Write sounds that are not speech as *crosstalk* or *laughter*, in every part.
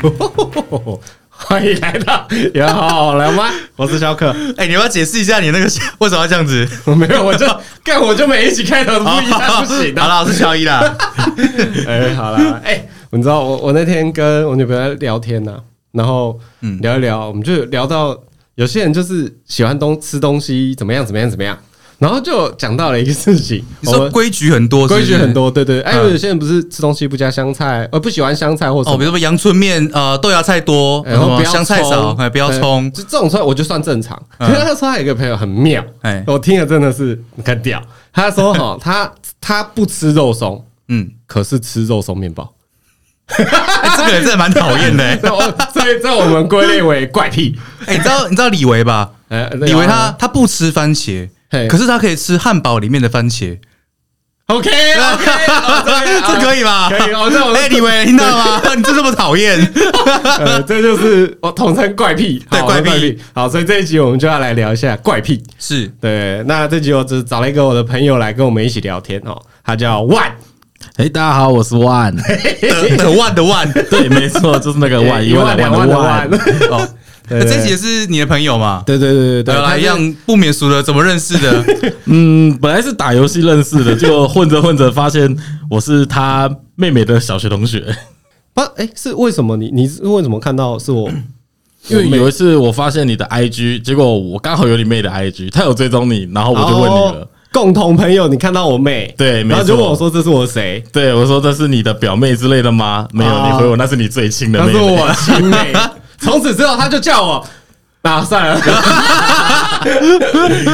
哦欢迎来到有好好聊吗？我是肖克，哎、你要不要解释一下你那个为什么要这样子？没有，我就 *laughs* 干，我就每一集开头不一样，不行的好。啦，我是乔伊啦。哎、好啦，哎、你知道我我那天跟我女朋友在聊天呐、啊然后聊一聊，我们就聊到有些人就是喜欢东吃东西怎么样怎么样怎么样，然后就讲到了一个事情，你我说们规矩很多是不规是矩很多，对对，哎、嗯有些人不是吃东西不加香菜，呃，不喜欢香菜或什哦，么。比如说阳春面，呃，豆芽菜多，然后什不么要哦香菜少，葱哎，不要对葱，就这种菜我就算正常。可嗯是那时候还有一个朋友很妙，哎我听了真的是很屌。他说哈，他他不吃肉松，嗯，可是吃肉松面包。哎这个人真的蛮讨厌的、哎这我所以这我们归类为怪癖。哎、你知道你知道李维吧？哎，李维他他不吃番茄，嘿可是他可以吃汉堡里面的番茄， OK *laughs* OK，这可以吧？可以哦这我哎，李维，你听到吗？你就这么讨厌？呃，这就是我统称怪癖，对好怪癖。好，所以这一集我们就要来聊一下怪癖。是，对，那这集我只找了一个我的朋友来跟我们一起聊天哦，他叫 One，哎、大家好，我是 *laughs* 万。的的万的万。对，没错，就是那个万，哎一万万两两万的的万。哦，对那这集也是你的朋友嘛？对对对对对对，啦，他一是样不免俗的，怎么认识的？嗯，本来是打游戏认识的，结果混着混着发现我是他妹妹的小学 *laughs* 同学。不，哎，是为什么你你是为什么看到是我？因为有一次我发现你的 IG，结果我刚好有你妹的 IG，她有追踪你，然后我就问你了哦。共同朋友，你看到我妹，对没然后就错问我说这是我谁？对，我说这是你的表妹之类的吗？没有，哦你回我那是你最亲的那妹是妹。我亲妹。从此之后，他就叫我，那、算了，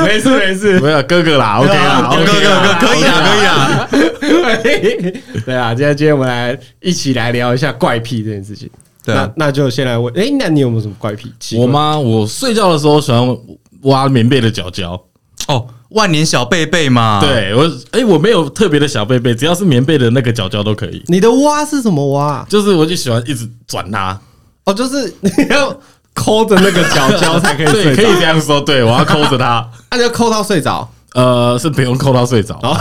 没事没事。 *laughs* 没有哥哥啦，OK 啦哦哥哥，OK 啦哥啊可以啦，可以啊啦。 *laughs* 对啊，今天今天我们来一起来聊一下怪癖这件事情。对啊那那就先来问，哎、那你有没有什么怪癖？奇怪我？吗？我睡觉的时候喜欢挖棉被的脚脚。哦，万年小贝贝啊嘛，，对我，哎、我没有特别的小贝贝，只要是棉被的那个脚脚都可以。你的蛙是什么蛙啊、就是我就喜欢一直转 *laughs* 它，哦，就是你要抠着那个 *laughs* 脚胶才可以对，睡可以着，这样说，对我要抠着它，那、就抠到睡着。 *laughs* *laughs* 呃，是不用抠到睡着，哦，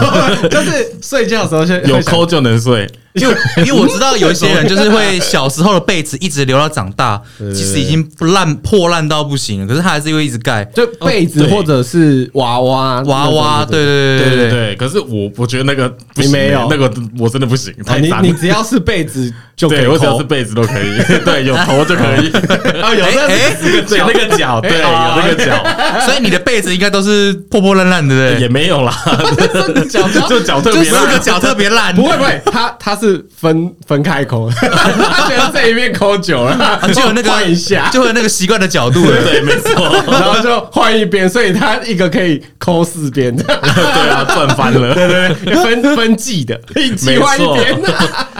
就是睡觉的时候就有抠，就能睡。因为因为我知道有一些人就是会小时候的被子一直留到长大，即使已经烂破烂到不行了，可是他还是会一直盖就被子哦对或者是娃娃娃娃，对对对对对。对，可是我我觉得那个不你行没有那个我真的不行，哦太脏。你你只要是被子就可以对我只要抠是被子都可以， *laughs* 对，有头就可 *laughs* 以，啊，有哎哎对那个脚，对，有啊那个脚所以你的被子应该都是破破烂烂的，对不哎也对？没有啦，脚脚 *laughs* 就脚特就别是个烂，脚特别烂，不会不会，他他是分分开抠， *laughs* 他觉得这一面抠久了啊， *laughs* 就有那个换一下，就有那个习惯的角度欸了。对，没错， *laughs* 然后就换一边，所以他一个可以抠四边，对对啊，转翻了，对对，分分季的，一季换一边 *laughs* 没，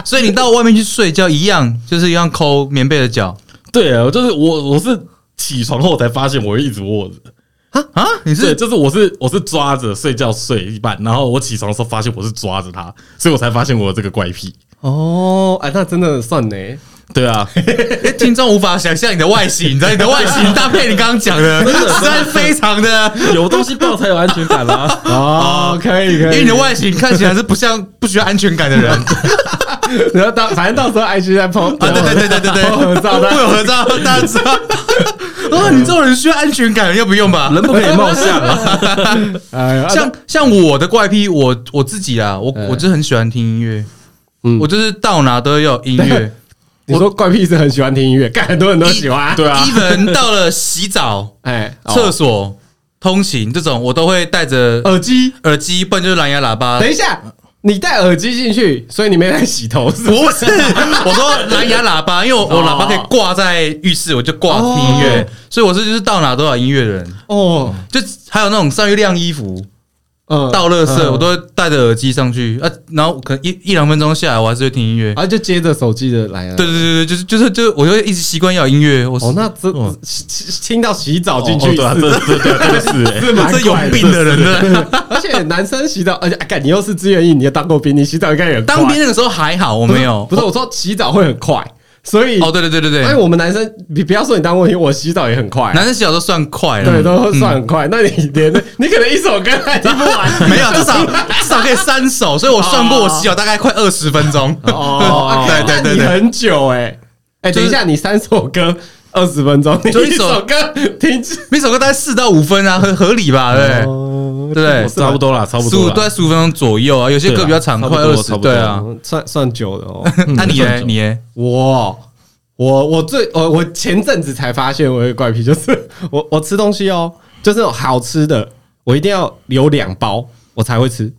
所以你到外面去睡觉一样，就是一样抠棉被的脚对啊，就是我我是起床后才发现我会一直握着，啊？你对，是就是我是我是抓着睡觉睡一半，然后我起床的时候发现我是抓着它，所以我才发现我有这个怪癖。哦，哎，那真的算呢，对啊， *laughs* 欸听众无法想象你的外形，你知道你的外形搭配你刚刚讲 *laughs* 的，实在非常的， *laughs* 有东西抱才有安全感 *laughs* 啦、哦，可以因可为以你的，外形看起来是不像不需要安全感 *laughs* 的人啊！然后到反正到时候 IG 在 po，对对对对对对， *laughs* po 合照的会。有合照，大家知 *laughs* 道。哦，你这种人需要安全感，要不用吧？人不可以貌相啊。哎呀，像像我的怪癖，我我自己啊，我嗯我就很喜欢听音乐，嗯我就是到哪都要有音乐，你说怪癖是很喜欢听音乐，干很多人 *laughs* 都喜欢，对啊 E， ，even 到了洗澡、哎， *laughs* 哦呃厕所、通勤这种，我都会带着耳机，耳机，不然就是蓝牙喇叭等。一下，你戴耳机进去，所以你没来洗头是不是？不是，我说蓝牙喇叭，因为我我喇叭可以挂在浴室，我就挂听音乐哦，所以我是就是到哪都有音乐的人，哦，就还有那种上去晾衣服、嗯倒垃圾，嗯我都会戴着耳机上去啊，然后可能一一两分钟下来，我还是会听音乐。然后啊就接着手机的来了。对对对对，就是就是就是，我就会一直习惯要有音乐。我哦， *laughs* 那这哦洗洗听到洗澡进哦去对啊，是这这对啊这个 *laughs* 是哎、是蛮这有怪的病的人呢。 *laughs* 而且男生洗澡，而且哎干你又是志愿役，你又当过兵，你洗澡应该也很快 *laughs* 当兵那个时候还好，我不是没有。 *laughs* 不是我说洗澡会很快，所以哦，对对对对哎，对，我们男生你不要说你当过兵，我洗澡也很快，啊男生洗澡都算快了，对，都算很快。那你连你可能一首歌还听不完， *laughs* 没有，至少至少可以 *laughs* 三首，所以我算过，我洗澡大概快二十分钟。哦， *laughs* 对对对对那你很久哎。哎、就是等一下，你三首歌二十分钟，你就一一首首歌停止，每首歌大概四到五分啊，很合理吧？对不哦对对哎差不多啦，差不对，十五多对啦。十五分钟左右啊，有些歌比较长，对啊快差不二多十差，不多嗯对啊。嗯算算久了哦。那你算呢？久你呢？我哦我我最我我前阵子才发现我有个怪癖，就是 *laughs* 我我吃东西哦，就是那种好吃的，我一定要留两包我才会吃。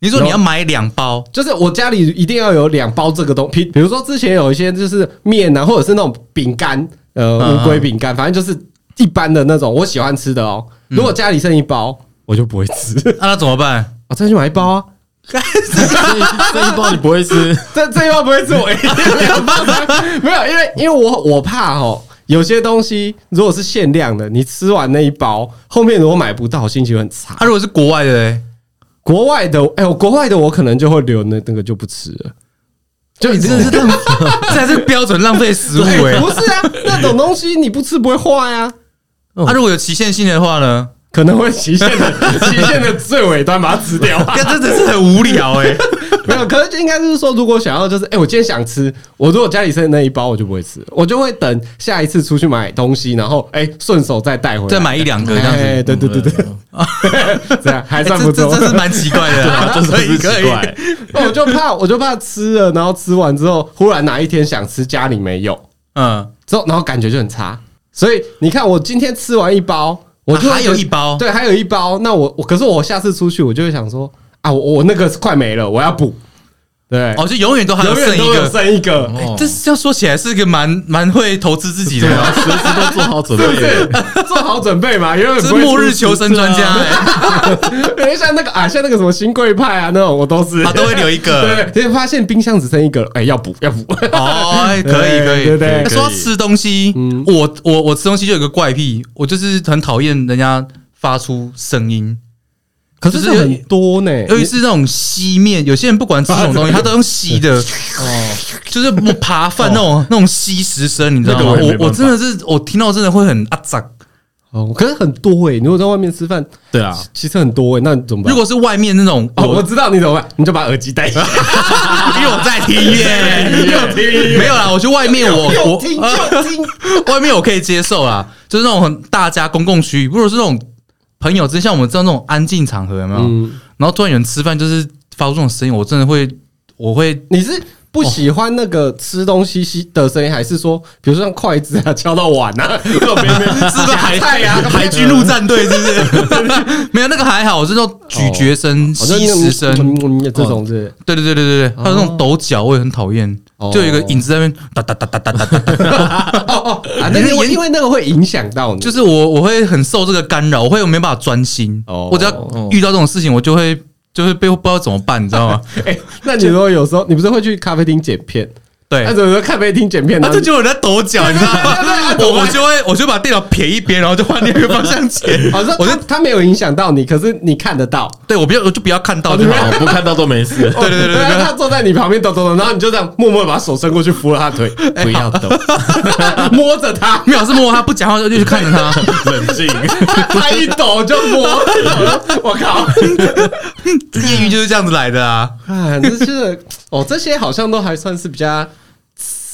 你说你要买两包，就是我家里一定要有两包这个东西，比如说之前有一些就是面啊，或者是那种饼干，呃，嗯乌龟饼干，反正就是一般的那种我喜欢吃的哦。如果家里剩一包，我就不会 *laughs* 吃，嗯那那怎么办？我再去买一包啊。这一这一包你不会吃，这这一包不会 *laughs* 是我一定要两包的，没有，因为因为我我怕哦，有些东西如果是限量的，你吃完那一包，后面如果买不到，心情很差。啊他如果是国外的 *laughs* 嘞，国外的，哎、我国外的我可能就会留那那个就不吃了。就你真的是浪，这才是标准浪费食物哎。不是啊，那种东西你不吃不会坏啊，他如果有期限性的话 *laughs* 呢？可能会期限的期限的最尾端把它吃掉。那真的是很无聊 *laughs* 哎。 *laughs* 啊没有，可是就应该是说，如果想要就是，哎、我今天想吃，我如果家里剩那一包，我就不会吃，我就会等下一次出去买东西，然后哎顺、手再带回来，再买一两个这样哎子，嗯对对对嗯对，这样还哎算这不这错。 *laughs* *laughs* 哦这是蛮奇怪的啊，真的 *laughs* 可以嗯是可奇以。怪。我就怕，我就怕吃了，然后吃完之后，忽然哪一天想吃，家里没有，嗯，之后然后感觉就很差。所以你看，我今天吃完一包，我就会啊还有觉得一包对，还有一包。那我我可是我下次出去，我就会想说啊，我我那个是快没了，我要补。对，哦，就永远都还有永剩远都一有个。剩一个。哎这要说起来是个蛮蛮会投资自己哦对的啊，啊，随时都做好准是不是备。做好准备 *laughs* 嘛？因为这是末日 *laughs* 求生专家啊哎，因为像那个啊，像那个什么新贵派啊那种，我都是他哎都会留一个。啊对，结果发现冰箱只剩一个了，哎，要补要补。哦，哎可以对可以对。对哎说到吃东西，我我我吃东西就有个怪癖，我就是很讨厌人家发出声音。可是就是这很多呢，尤其是那种吸面，有些人不管吃什么东西，他都用吸的，就是我扒饭那种那种吸食声，你知道吗？那个我也没我我办法真的是我听到真的会很阿杂。哦，可是很多哎、你如果在外面吃饭，对啊，其实很多哎、那你怎么办？如果是外面那种，哦，我我知道你怎么办，你就把耳机戴起 *laughs* 来，因为我在听耶，又听音没有啦，我去外面我又我听呃又听， *laughs* 外面我可以接受啦，就是那种很大家公共区域，如果是那种朋友之间，像我们知道那种安静场合有没有？嗯然后突然有人吃饭就是发出这种声音，我真的会我会你是不喜欢那个吃东西吸的声音，还是说，比如说像筷子啊敲到碗啊，这种别人是 *laughs* 不是海夹菜啊海军陆战队是 *laughs* 不是？没有那个还好，我是说咀嚼声、哦就吸食声，嗯嗯嗯这种是对对对对对对，还有那种抖脚，我也很讨厌哦，就有一个影子在那边哒哒哒哒哒哒哒，哦哦啊，那你个的眼因为那个会影响到你，就是我我会很受这个干扰，我会没办法专心，哦我只要遇到这种事情，我就会就会被不知道怎么办，你知道吗？哎，那你如果有时候你不是会去咖啡厅剪片，对那。怎么说咖啡厅剪片呢啊！？这就有人在抖脚，你知道吗？我我就会我就把电脑撇一边，然后就换另一个方向切。好像我就哦他他没有影响到你，可是你看得到。对我不要我就不要看到哦就你好们了。哦，不看到都没事。对对对对啊对他坐在你旁边抖抖抖，然后你就这样默默地把手伸过去扶了他腿， *laughs* 不要抖，哎摸着他，没有是摸他不讲话就就去看着他，冷静，他一抖就摸，我靠！业余就是这样子来的啊。啊，这是哦，这些好像都还算是比较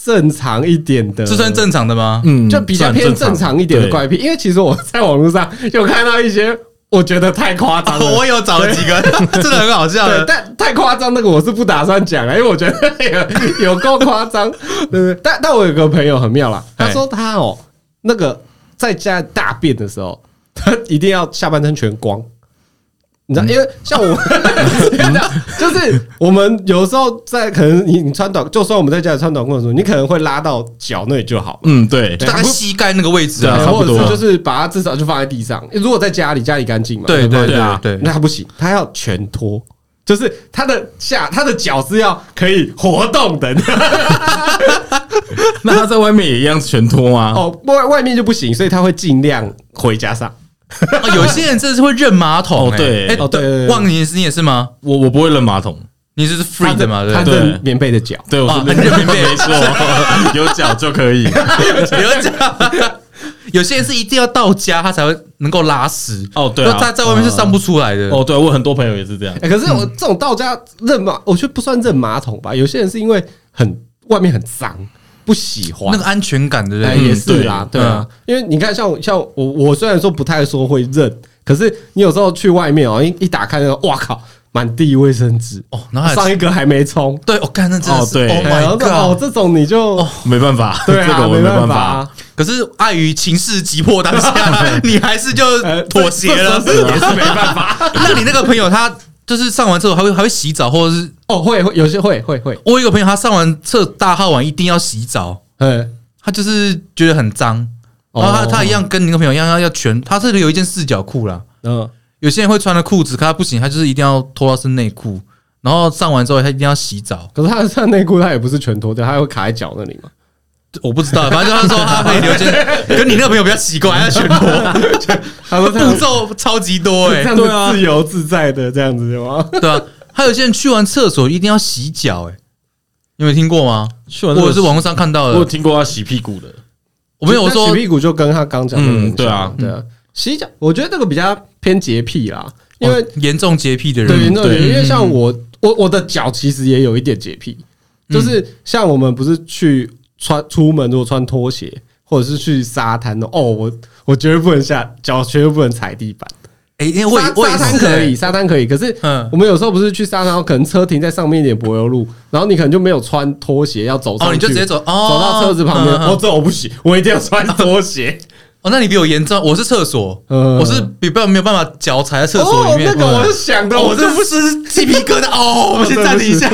正常一点的，这算。正常的吗？嗯， *laughs* 嗯就比较偏正常一点的怪癖，因为其实我在网络上有看到一些我觉得太夸张了， *laughs* 我有找了几个， *laughs* 真的很好笑对，的。但太夸张那个我是不打算讲了，因为我觉得有有 *laughs* 够夸张，对不对？但但我有个朋友很妙啦，他说他哦，那个在家大便的时候，他一定要下半身全光。你知道，因嗯为像 *laughs* 我，就是我们有时候在可能你你穿短，就算我们在家里穿短裤的时候，你可能会拉到脚那里就好了。嗯，对，大概膝盖那个位置对啊啊，差或不者多是就是把它至少就放在地上。如果在家里，家里干净嘛，对对放在对地上对对那他不行，他要全脱，就是他的下他的脚是要可以活动的， *laughs* 那他在外面也一样全脱啊吗？哦， *laughs* 外外面就不行，所以他会尽量回家上。哦有些人真的是会认马桶。哦哎对哎哦对对对忘你你也是吗？我我不会扔马桶，你就是 free 的嘛？对他不的对棉被的脚，对我啊是扔你扔棉被 *laughs* 没错， *laughs* 有脚就可以。对？有这样，有些人是一定要到家他才会能够拉屎。哦对啊那他在外面是上不出来的。哦，对我很多朋友也是这样。哎，可是嗯我这种到家认马，我觉得不算认马桶吧。有些人是因为很外面很脏，不喜欢那个安全感，对不哎，对？嗯也是啦，对对啊，因为你看像，像我，我虽然说不太说会认，可是你有时候去外面哦，一一打开那个，哇靠，满地卫生纸，哦，然后还上一个还没冲，对，我干，那真的是哦 *laughs* 对，Oh 然后 my 这哦， god！这种你就没办 *laughs* 法，对这啊，个我没法办法。啊，可是碍于情势急迫 *laughs* 当下，你还是就呃妥 *laughs* 协了。这这也是没办 *laughs* 法。那你那个朋友他就是上完厕所还会还会洗澡，或者是哦，会会有些会会会，我有一个朋友他上完厕大号完一定要洗澡，嗯，他就是觉得很脏，然后他哦他一样跟你那个朋友一样要要全，他这里有一件四角裤啦，嗯，有些人会穿的裤子，可他不行，他就是一定要脱到是内裤，然后上完之后他一定要洗澡。可是他穿内裤，他也不是全脱掉，他会卡在脚那里嘛。我不知道，反正他说他可以留件，跟你那个朋友比较奇怪，他 *laughs* 全脱，他说这样啊步骤超级多哎、这样子自由自在的这样子对吗？对啊，还有些人去完厕所一定要洗脚哎、你有听过吗？去完我啊那个者是网络上看到我有的，听过要洗屁股的，我没有我那说哦洗屁股 *laughs* 就跟他刚讲的嗯很像对啊对啊，洗脚我觉得这个比较偏洁癖啦，因为哦严重洁癖的对人，那对因为嗯像我我我的脚其实也有一点洁癖，嗯就是像我们不是去穿出门如果穿拖鞋或者是去沙滩的哦，我我绝对不能下脚，绝对不能踩地板。哎、因为我也沙我也沙滩是、可以，欸，沙滩可以，可是嗯我们有时候不是去沙滩，可能车停在上面一点柏油路，然后你可能就没有穿拖鞋要走上去，哦你就直接走嗯哦走到车子旁边，嗯嗯哦，这我不行，我一定要穿拖鞋。哦，那你比我严重，我是厕所，嗯我是比较没有办法脚踩在 *laughs* 厕所哦里，面，那个我是想的，哦我我是这不是鸡皮疙瘩 *laughs* 哦，我们先暂停一下，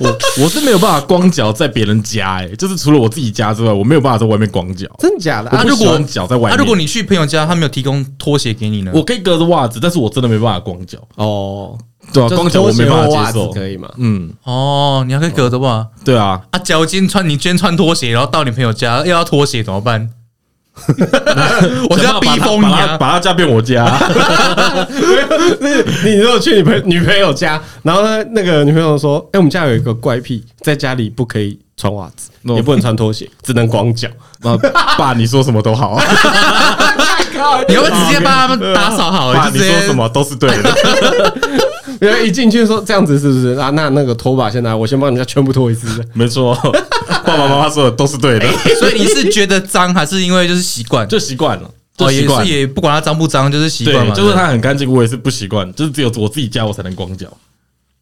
我我是没有办法光脚在别人家，哎，就是除了我自己家之外，我没有办法在外面光脚。真假的我啊？不如喜果欢脚在外啊，面，如果你去朋友家，他没有提供拖鞋给你呢？我可以隔着袜子，但是我真的没办法光脚，哦，对啊，就是光脚我没办法拖接鞋或袜受子。可 *laughs* 以吗？嗯，哦，你还可以隔着吧？对啊，啊，脚今天穿你今天穿拖鞋，然后到你朋友家又要脱鞋怎么 *laughs* 办？我是要逼疯你想办法把他把他啊！把他家变我家， *laughs* 你如果去你朋女朋友家，然后呢，那个女朋友说：“哎、我们家有一个怪癖，在家里不可以穿袜子， No 也不能穿拖鞋， *laughs* 只能光脚。那爸你说什么都好啊，你要不要直接帮他们打扫好了？爸就哦你直接说什？么都是对 *laughs* 的。”然后一进去说：“这样子是不是啊？那那个拖把先拿，我先帮你们家全部拖一次。没错，爸爸妈妈说的都是对的，所以你是觉得脏，还是因为就是习惯？就习惯了，就哦，也习是惯。也不管它脏不脏，就是习惯对，嘛。就是对它很干净，我也是不习惯，就是只有我自己家我才能光 *laughs* 脚。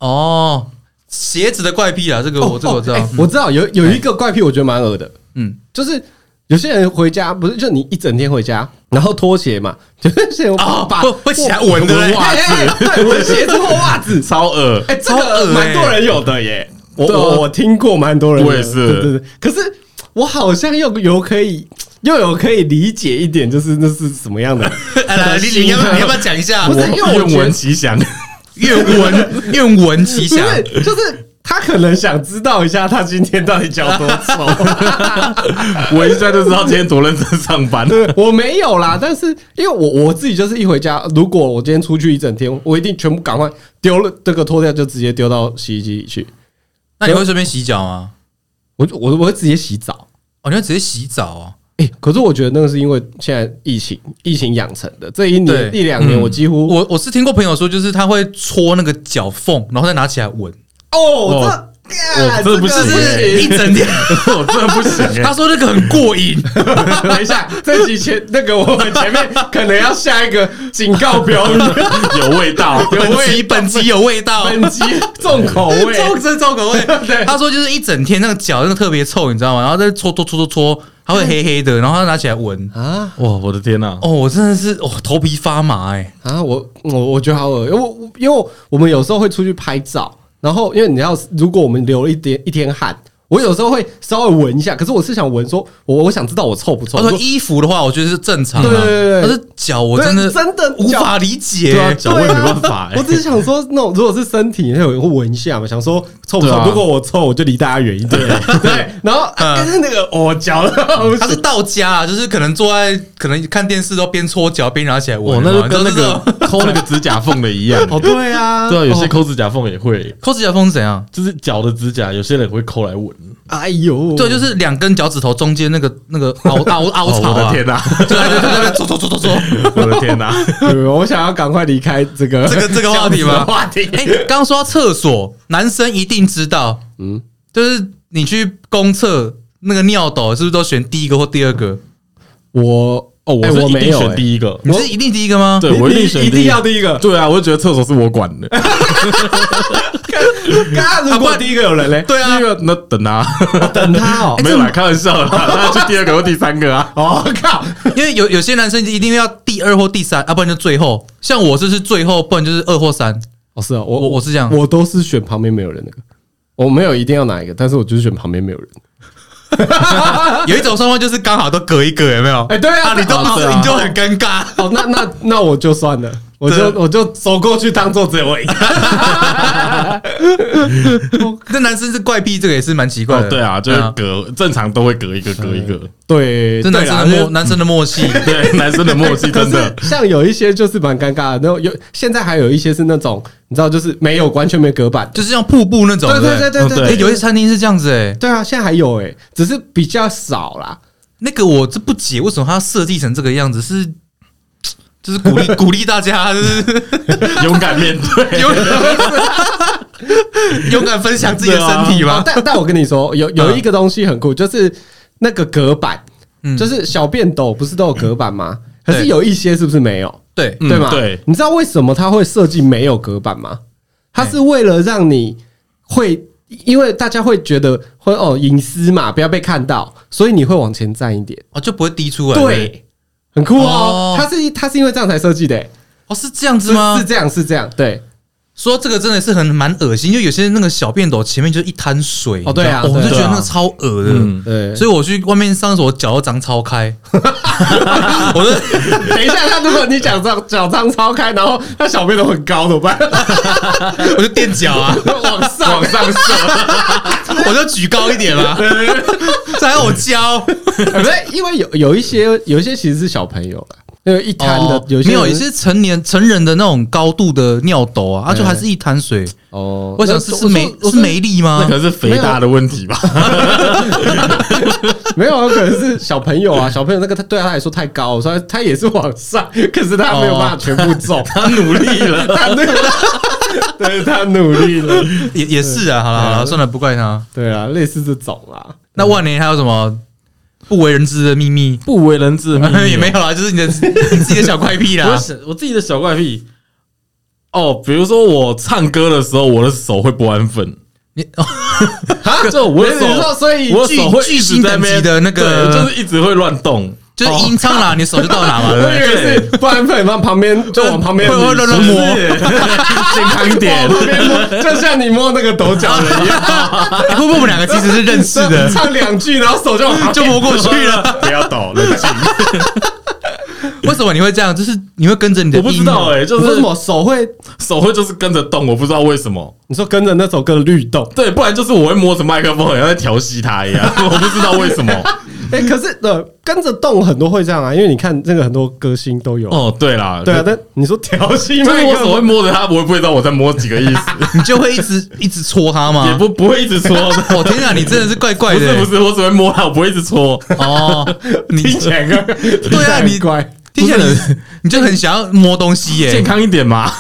哦，鞋子的怪癖啊，这个哦我这个我知道哎。我知道有有一个怪癖，我觉得蛮恶的，嗯，就是有些人回家不是就你一整天回家，然后拖鞋嘛，就是些人哦把会会起来闻的闻袜哎哎子，对，闻鞋子或 *laughs* 袜子。超恶，哎、这超恶个欸蛮多人有的耶。我对啊我我听过蛮多人有的，我也是对对对。可是我好像又有可以又有可以理解一点，就是那是什么样 *laughs* 的？哎来，你你要啊不要你要不要讲一下不是因为我觉得愿闻其 *laughs* 详。愿闻愿闻其不详？是，就是他可能想知道一下他今天到底脚多臭。 *laughs* 我一下就知道今天多认真上班。对我没有啦，但是因为我我自己就是一回家，如果我今天出去一整天，我一定全部赶快丢了这个脱掉，就直接丢到洗衣机里去。那你会顺便洗脚吗？我我我会直接洗澡。哦，你会直接洗澡哦。哎、可是我觉得那个是因为现在疫情疫情养成的，这一年对嗯一两年我几乎、我我是听过朋友说，就是他会戳那个脚缝，然后再拿起来闻，哦，这我真的不这行个就是一整天。 *laughs* 我真的不行哎、他 *laughs* 说那个很过瘾， *laughs* 等一下，这集前那个我们前面可能要下一个警告标语，有味道，本 *laughs* 集本集有味道，本集重口 *laughs* 味。重真重口味对。他说就是一整天那个脚那个特别臭，你知道吗？然后再搓搓搓搓搓，它会黑黑的，然后他拿起来闻。啊哇，我的天呐、哦，我真的是哦，头皮发麻哎、啊！我我我觉得好恶，因为我因为我们有时候会出去拍照，然后因为你要如果我们流了一点一天汗，我有时候会稍微闻一下，可是我是想闻，说我我想知道我臭不臭。他如果说衣服的话，我觉得是正常啊，对对对对但是脚哦我真的对真的无法理解、欸对啊 *laughs* 脚味没办法对啊我只是想说，那种如果是身体，那我会闻一下嘛，想说臭不对臭？啊如果我臭，我就离大家远一点。对，啊 *laughs* 然后哎嗯但是那个我脚他是到家啊，就是可能坐在可能看电视都边搓脚边拿起来闻，哇，哦那你知道就跟那这种个抠那个指甲缝的一样、哦， *laughs* 对啊， *laughs* 对啊，有些抠指甲缝也会，抠指甲缝是怎样？就是脚的指甲，有些人会抠来闻。哎呦，对，就是两根脚趾头中间那个那个凹凹凹槽哦我的啊，天呐、对对对对对，搓搓搓搓搓。我的天呐、对我想要赶快离开这个这个这个话题吗话题，哎，刚刚说到厕所，男生一定知道，嗯，就是你去公厕，那个尿斗是不是都选第一个或第二个？我哦，我哎是我一没定有选哎第一个，你是一定第一个吗？ *laughs* 对我一一定定选一第定一个要第一个。对啊，我就觉得厕所是我管 *laughs* 的， *laughs* 干啊如果第一个有人嘞，对啊第一，个那等 *laughs* 啊，哎等他哦。 *laughs* 没有啦，开玩笑的啦，那就第二个或第三个啊。哦靠，因为有有些男生一定要第二或第三，啊，不然就最后。像我这是最后，不然就是二或三。 *laughs* 哦是哦，我我我是这样，我都是选旁边没有人那个，我没有一定要哪一个，但是我就是选旁边没有人。有一种状况就是刚好都隔一个，有没有？哎对啊你都不对是，啊你就很尴尬。哦，那那那我就算了，我就对我就走过去当做只有我一个。那男生是怪癖，这个也是蛮奇怪哦的。，对啊，就是隔正常都会隔一个隔一个，对，这男对生啦的默，男生的默契。 *laughs* 对男生的 *laughs* 默契可是真 *laughs* 的。像有一些就是蛮尴尬的，然后有现在还有一些是那种你知道，就是没有完全没隔板，就是像瀑布那种，对不对对对嗯对对哎、对，有一些餐厅是这样子哎、对啊，现在还有哎、只是比较少啦。那个我这不解，为什么它设计成这个样子？是就是鼓励 *laughs* 鼓励大家，就是 *laughs* 勇敢面对。勇 *laughs* 勇敢分享自己的身体啊哦吗？但但我跟你说，有嗯有一个东西很酷，就是那个隔板，嗯就是小便斗不是都有隔板吗？可对是有一些是不是没有？对，嗯对吗？对你知道为什么它会设计没有隔板吗？它是为了让你会，因为大家会觉得会哦隐私嘛，不要被看到，所以你会往前站一点。哦，就不会滴出来。对，，很酷哦哦。它是它是因为这样才设计的、欸，哦，是这样子是吗？是这样是这样，对。说这个真的是很蛮恶心，因为有些那个小便斗前面就是一滩水，哦对啊你知道吗我就对觉啊得那个超恶的。 *laughs* 嗯对，所以我去外面上厕所，脚都张超开， *laughs* 我就 *laughs* 等一下，他如果你脚张脚张超开，然后他小便都很高，怎么 *laughs* 办？我就垫脚啊，往上往上射， *laughs* 我就举高一点啦，这还要我教？不是因为有有一些有一些其实是小朋友了，那个一滩的哦有些没有，人也是成年成人的那种高度的尿斗啊，它就哎还是一滩水。哦我想是是没是没力那吗？可是肥大的问题吧？没有，可能是小朋友啊，小朋友那个他对他来说太高，所以他也是往上，可是他没有办法全部中，他努力了，他努力了，对他努力了， *laughs* 也也是啊，好了好了，算了，不怪他。对啊，类似这种啊，那万年还有什么不为人知的秘密？ *laughs* 不为人知 *laughs* *laughs* 也没有啦，就是你的自己的小怪癖我啦。想我自己的小怪癖。啊哦，比如说我唱歌的时候，我的手会不安分。你哦 *laughs* 就我的你是说手，所以我巨手会巨一直星在等级边的那个对就是一直会乱动。就是音唱啦，你手就到哪嘛，我对以不对？为是不然粉放旁边就 *laughs* 往旁边会会乱乱摸，摸， *laughs* 健康一点，旁边摸，就像你摸那个抖脚的一样，，哎会不会我们两个其实是认识 *laughs* 的唱两句，然后手就往旁边就摸过去了？不要抖，冷静。为什么你会这样？就是你会跟着你的 *laughs* 我不知音道吗，哎，就你说是什么手会？手会就是跟着动，我不知道为什么。你说跟着那首歌的律动，对，不然就是我会摸着麦克风，好像在调戏他一样， *laughs* 我不知道为 *laughs* 什么。哎，可是呃，跟着动很多会这样啊，因为你看这个很多歌星都有，哦，对啦，对啊，但你说调戏就是麦我克手会风，摸着他，我也不会知道我在摸几个意 *laughs* 思，你就会一直 *laughs* 一直戳他吗？也不不会一直搓。 *laughs* 哦，天哪，你真的是怪怪 *laughs* 不的、欸是不是，我只会摸他，我不会一直搓。哦，你听起来很 *laughs* 对啊，你乖，听起来你你就很想要摸东西欸耶、健康一点 *laughs* 嘛，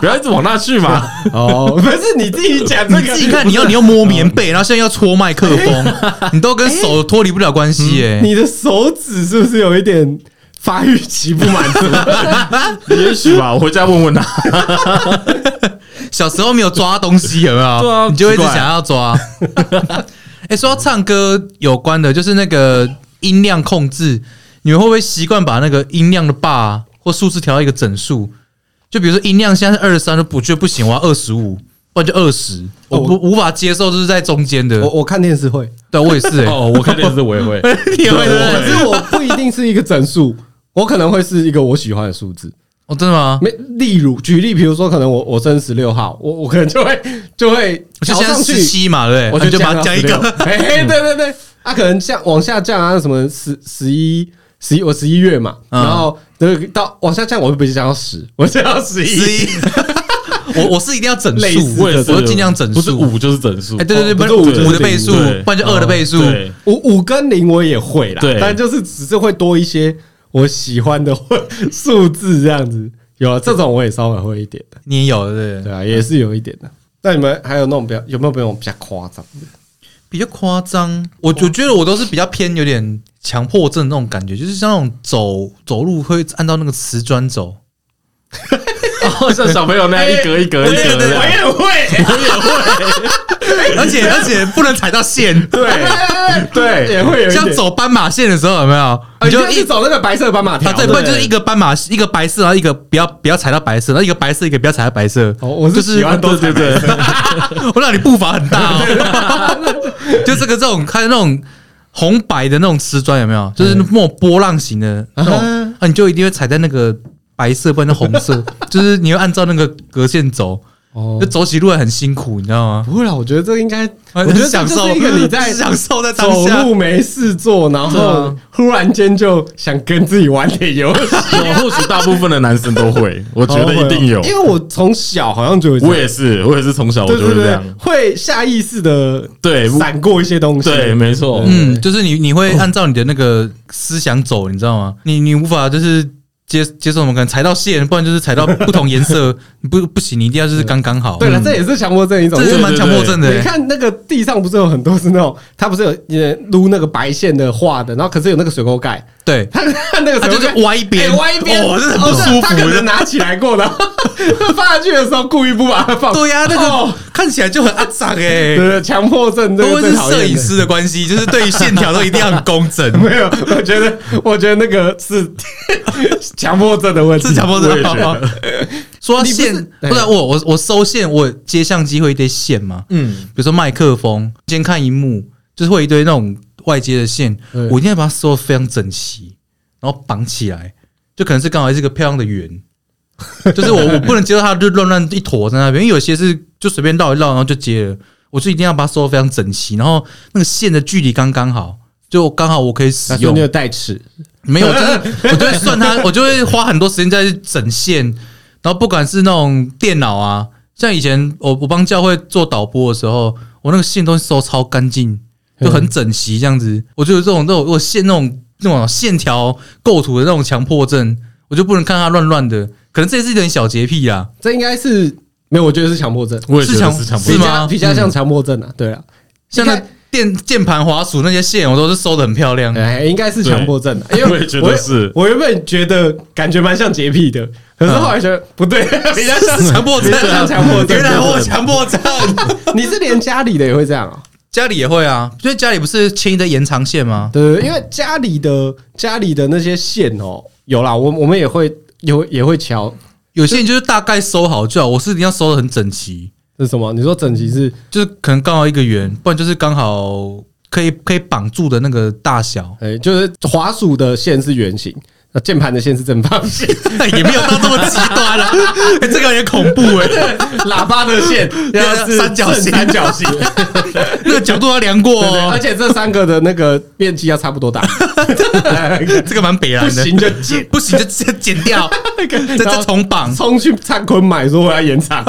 不要一直往那去嘛。哦，不是你自己讲 *laughs* 这你个，自己看，你要你要摸棉被，然后现在要戳麦克风，你都跟手脱离不了关系欸耶、你的手指是不是有一点发育期不满足？也许吧，我回家问问他。小时候没有抓东西，有没有？ *laughs* 对啊你就会一直奇怪想要抓。 *laughs* 哎、说到唱歌有关的，就是那个音量控制，你们会不会习惯把那个音量的 bar 或数字调到一个整数？就比如说音量现在是二十三，就不觉得不行，我要二十五，不然就二十。哦我不无法接受，就是在中间的 *laughs* 我。我看电视会，对，我也是、欸。哦，我看电视我也会。 *laughs* 你也会对的可是我不一定是一个整数，我可能会是一个我喜欢的数字。哦，真的吗？没，例如举例，比如说，可能我我生十六号，我我可能就会就会我就调现在上去十，七嘛，对不我对？我就把降它到加一16个。嘿嘿，哎对对对，啊，可能像往下降啊，什么十十一十一，我十一月嘛，嗯然后这个到往下降，我会不会降到十？我降到十十一，一， *laughs* 我我是一定要整类似数，我也是，我就尽量整数，不是五就是整数。哎，对对对，哦不是不是五五就是哦的倍数零，不然就二的倍数。对五五跟零我也会啦，对但就是只是会多一些我喜欢的会 *laughs* 数字这样子。有啊，这种我也稍微会一点的，你也有对不对对？ *laughs* 啊，也是有一点的。那你们还有那种比较有没有那种比较夸张的？比较夸张。我我觉得我都是比较偏有点强迫症那种感觉，就是像那种走走路会按照那个瓷砖走。哦，像小朋友那样一格一格一格对对对的，也会，而且而且不能踩到线，哎 *laughs* *laughs* 对对，也会有一像点。哦走斑马线的时候有没有？你就就一一直走那个白色斑马条啊，，对，不然就是一个斑马，一个白色，然后一个不要不要踩到白色，然后一个白色，一个不要踩到白色。哦，我就是是喜欢都对对对， *laughs* 我让你步伐很 *laughs* 大哦。就这个这种看那种红白的那种瓷砖有没有？就是那种波浪形的那种，嗯啊，你就一定会踩在那个白色，不然就红 *laughs* 色，就是你要按照那个格线走，哦就，走起路来很辛苦，你知道吗？不会啦，我觉得这应该，我 *laughs* 很觉得这享就受是一个你在 *laughs* 享受在当走下。路没事做，然对后啊忽然间就想跟自己玩点游戏。 *laughs* 我或许大部分的男生都会，我哦觉啊得一定有因。为我从小好像就有这样我也是，我也是从小我对就会对这对样，，会下意识的对闪过一些东西。对，没错，嗯，就是你你会按照你的那个思想走，你知道吗？你你无法就是接接受什么，可能踩到线，不然就是踩到不同颜色，你不不行，你一定要就是刚刚好。对了，嗯这也是强迫症一种。这就是是蛮强迫症的、欸你看那个地上不是有很多是那种，它不是有也撸那个白线的画的，然后可是有那个水沟盖， *laughs* 对，它它那个它水就沟是盖歪一边，哎歪一边，哦，这很哦不舒他他可服能的。拿起来过的，然后 *laughs* 放下去的时候故意不把它放。对呀、那哦个看起来就很阿脏哎对，对，强迫症这个都会最是讨厌摄的影师的关系，就是对于线条都一定要很工整，没有，我觉得，我觉得那个是 *laughs* 强迫症的问题，是强迫我症也觉得。 *laughs* 说到你不是线，哎不是啊我我我收线，我接相机会一堆线嘛，嗯，比如说麦克风，今天看荧幕，就是会有一堆那种外接的线，对我一定要把它收的非常整齐，然后绑起来，就可能是刚好是一个漂亮的圆，就是我我不能接受它就乱乱一坨在那边，因为有些是就随便绕一绕然后就接了，我就一定要把它收的非常整齐，然后那个线的距离刚刚好，就刚好我可以使他说用你。有带尺，没有，就是我就会算它， *laughs* 我就会花很多时间在整线，然后不管是那种电脑啊，像以前我我帮教会做导播的时候，我那个线都收超干净，嗯就很整齐这样子。我就有这种这种我线那种那种线条构图的那种强迫症，我就不能看它乱乱的，可能这也是一点小洁癖啊。这应该是没有，我觉得是强迫症，我也觉得强是强迫比是症。较吗比较像强迫症啊，对啊，像应那该键键盘、滑鼠那些线，我都是收的很漂亮。哎，应该是强迫症啊，因为我也觉得是我原本觉得感觉蛮像洁癖的，可是后来觉得不对，比较像强迫症比较像强 *laughs* 迫症。原来我有强迫 *laughs* 症。你是连家里的也会这样啊？家里也会啊，因为家里不是牵一堆延长线吗？对，因为家里的家里的那些线哦，有啦，我我们也会有也会瞧，有些人就是大概收好就好，我是一定要收的很整齐，是什么？你说整齐是，就是可能刚好一个圆，不然就是刚好可以可以绑住的那个大小哎、就是滑鼠的线是圆形，那键盘的线是正方形， *laughs* 也没有到这么极端了、 *laughs* 哎这个有点恐怖哎、 *laughs* 喇叭的 *laughs* 线要是三角正形三角 *laughs* 形，那个角度要量过对对，哦而，且这三个的那个面积要差不多大，这个蛮北 *laughs* 不然的，行就 *laughs* 剪，不行就直接剪 *laughs* 掉，再然再后重绑，冲去灿坤买说我要延 *laughs* 长。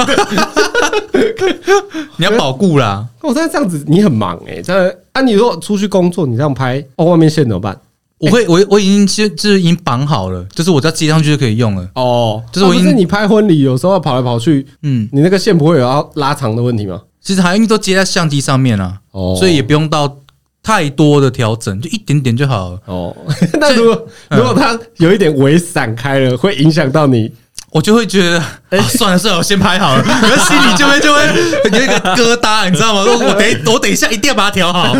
你要保固啦。我、哦、但这样子你很忙哎、欸，真的啊！你如果出去工作，你这样拍哦，外面线怎么办？我会我我已经就就是已经绑好了，就是我只要接上去就可以用了。哦，就是我啊已不经是你拍婚礼，有时候跑来跑去，嗯，你那个线不会有要拉长的问题吗？其实好像都接在相机上面啦、哦所以也不用到太多的调整，就一点点就好了。 *laughs* 哦，嗯那如果如果它有一点微散开了，会影响到你我就会觉得，啊、算了算了，我先拍好了，可是心里就会就会有一个疙瘩，你知道 *laughs* 吗？我我等一我等一下一定要把它调好。 *laughs* 我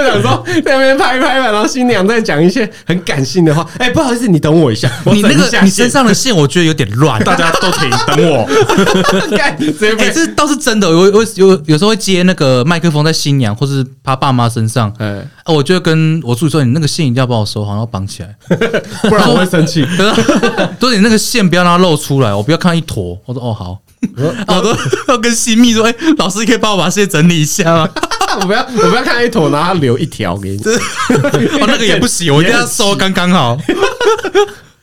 就想说在那边拍一拍嘛，然后新娘在讲一些很感性的话。哎、不好意思，你等我一下，我你那整一个下你线身上的线，我觉得有点乱。大家都停，等我。 *laughs* 干直接哎、被这倒是真的，我我有有时候会接那个麦克风在新娘或是他爸妈身上，啊，哎，我就会跟我助理说，你那个线一定要帮我收好，然后绑起 *laughs* 来。不然我会生气。可是就是你那个线不要让它露出来，我不要看到一坨。我说哦好， *laughs* 我都要跟新密说，哎、老师，你可以帮我把线整理一下吗？我不要，我不要看到一坨，然后它留一条给你。 *laughs* 哦，那个也不行，我一定要收刚刚好。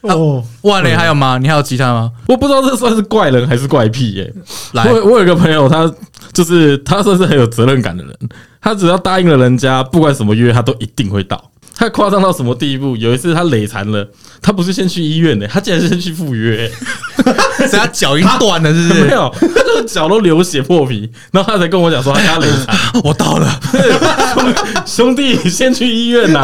哦，哇嘞，还有吗？你还有其他吗？我不知道这算是怪人还是怪癖耶、来，我我有一个朋友，他就是他算是很有责任感的人，他只要答应了人家，不管什么约，他都一定会到。他夸张到什么地步？有一次他累残了，他不是先去医院的、他竟然是先去赴约、只要脚已经断了，是不 *laughs* 没是？有，他那个脚都流血破皮，然后他才跟我讲说他家累残， *laughs* 我到了，兄弟先去医院呐、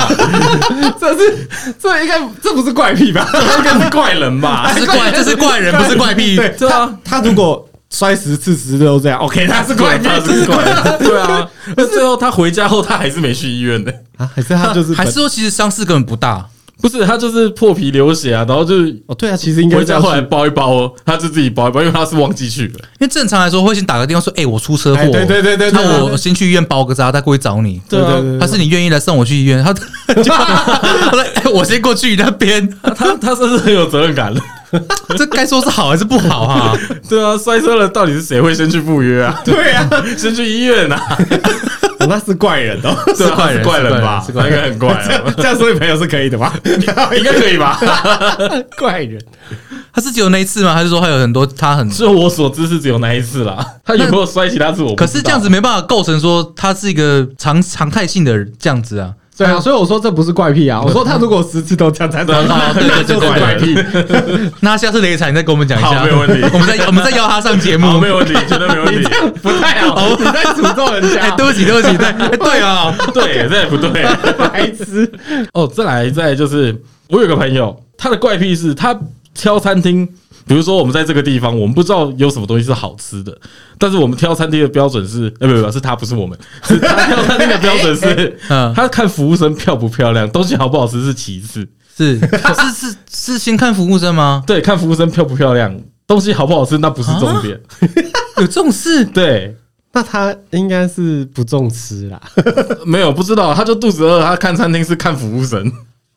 *laughs* 这是这应该这不是怪癖吧？应该是怪人吧？ *laughs* 这是怪，这是怪人，不是怪癖。对，对啊，他如果摔十次十次都这样，OK，他哎 *laughs* 是怪癖，他这是怪人，对啊。那最后他回家后，他还是没去医院的、 *laughs* 啊，还是他就是还是说其实伤势根本不大，不是他就是破皮流血啊，然后就是哦，对啊，其实应该回家这样后来去包一包哦，他就自己包一包，因为他是忘记去了。因为正常来说会先打个电话说，哎，我出车祸，哎对对对对对对那我先去医院包个扎，再过去找你。啊对对对他是你愿意来送我去医院，他 *laughs* 就他说哎我先过去你那边， *laughs* 他他甚至很有责任感了。这该说是好还是不好 *laughs* 啊？对啊，摔车了，到底是谁会先去赴约 *laughs* 啊？对啊，先去医院啊？哦那 *laughs* 是怪人哦。对啊怪人 *laughs* 是怪人吧？是那怪应人该很怪啊，这样所以朋友是可以的吧？ *laughs* 应该可以吧？ *laughs* 怪人，他是只有那一次吗？还是说还有很多他很？就我所知是 *laughs* 只有 *laughs* 那一次啦，他有没有摔其他次我不可是知这道样 *laughs* 子没办法构成说他是一个常常态性的这样子 *laughs* 啊。对啊，所以我说这不是怪癖啊，我说他如果十次都这样才 *laughs* 对啊哦对对对就是怪癖，那下次雷惨你再跟我们讲一下，好没有问题 *laughs* 我们再我们再邀他上节 *laughs* 好，目，没有问题，绝对没 *laughs* 有问题。不太好，啊你在诅咒人哎，家，对不起，对不起，对，哎对啊，，对，这也不对。白痴。哦，再来，再来就是我有个朋友，他的怪癖是他挑餐厅，比如说我们在这个地方，我们不知道有什么东西是好吃的，但是我们挑餐厅的标准是，呃，不不不，是他不是我们，是他挑餐厅的标准是 *laughs* 嗯 *laughs* 他看服务生漂不漂亮，东西好不好吃是其次，是是是是先看服务生吗？对，看服务生漂不漂亮，东西好不好吃那不是重点，啊有这种事？ *laughs* 对。那他应该是不重吃啦。没有不知道，他就肚子饿，他看餐厅是看服务生，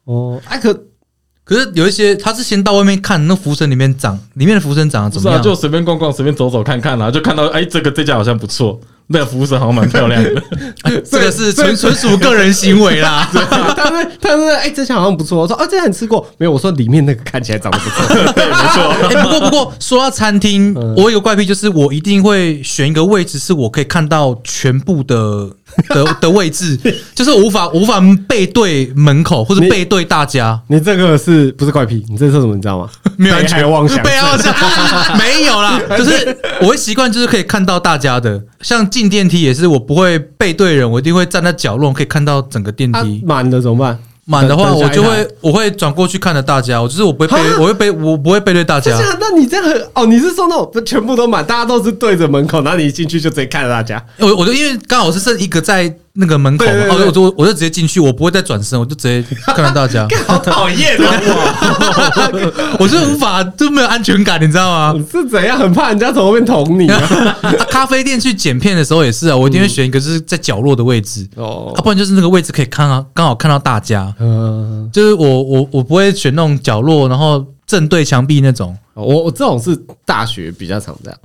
哦，哎，可 *laughs* 可是有一些他是先到外面看那服务生里面长里面的服务生长得不怎是么啊，样，就随便逛逛，随便走走看看啊，就看到哎、这个这家好像不错，那个服务生好像蛮漂亮的，哎这个是纯纯属个人行为 *laughs* 啦。他说他说，哎，这家好像不错。我说，哦，这家你吃过没有？我说里面那个看起来长得不 *laughs* 错。对，没错。 *laughs* 哎、不过不过说到餐厅，嗯我有个怪癖，就是我一定会选一个位置，是我可以看到全部的的的位 *laughs* 置，就是我无法我无法背对门口或者你背对大家，你这个是不是怪癖？你这是什么？你知道吗？没有安北海全妄想症背后是 *laughs* 没有啦，就是我会习惯就是可以看到大家的，像进电梯也是，我不会背对人，我一定会站在角落，可以看到整个电啊梯。满的怎么办？满的话，等等我下一就台会我会转过去看着大家，我就是我不会背，啊我会背，我不会背对大这家。样，啊那你这样很哦，你是说那种全部都满，大家都是对着门口，然后你一进去就直接看着大家。我我就因为刚好是剩一个在那个门口嘛，对对哦对我就我就直接进去，我不会再转身，我就直接看到大 *laughs* 家，好讨厌哦！ *laughs* 我就无法就没有安全感，你知道吗？你是怎样很怕人家从后面捅你 *laughs* 啊？ *laughs* 咖啡店去剪片的时候也是啊，我一定会选一个就是在角落的位置，嗯哦啊，，不然就是那个位置可以看啊，刚好看到大家。嗯，就是我我我不会选那种角落，然后正对墙壁那种。我我这种是大学比较常这样。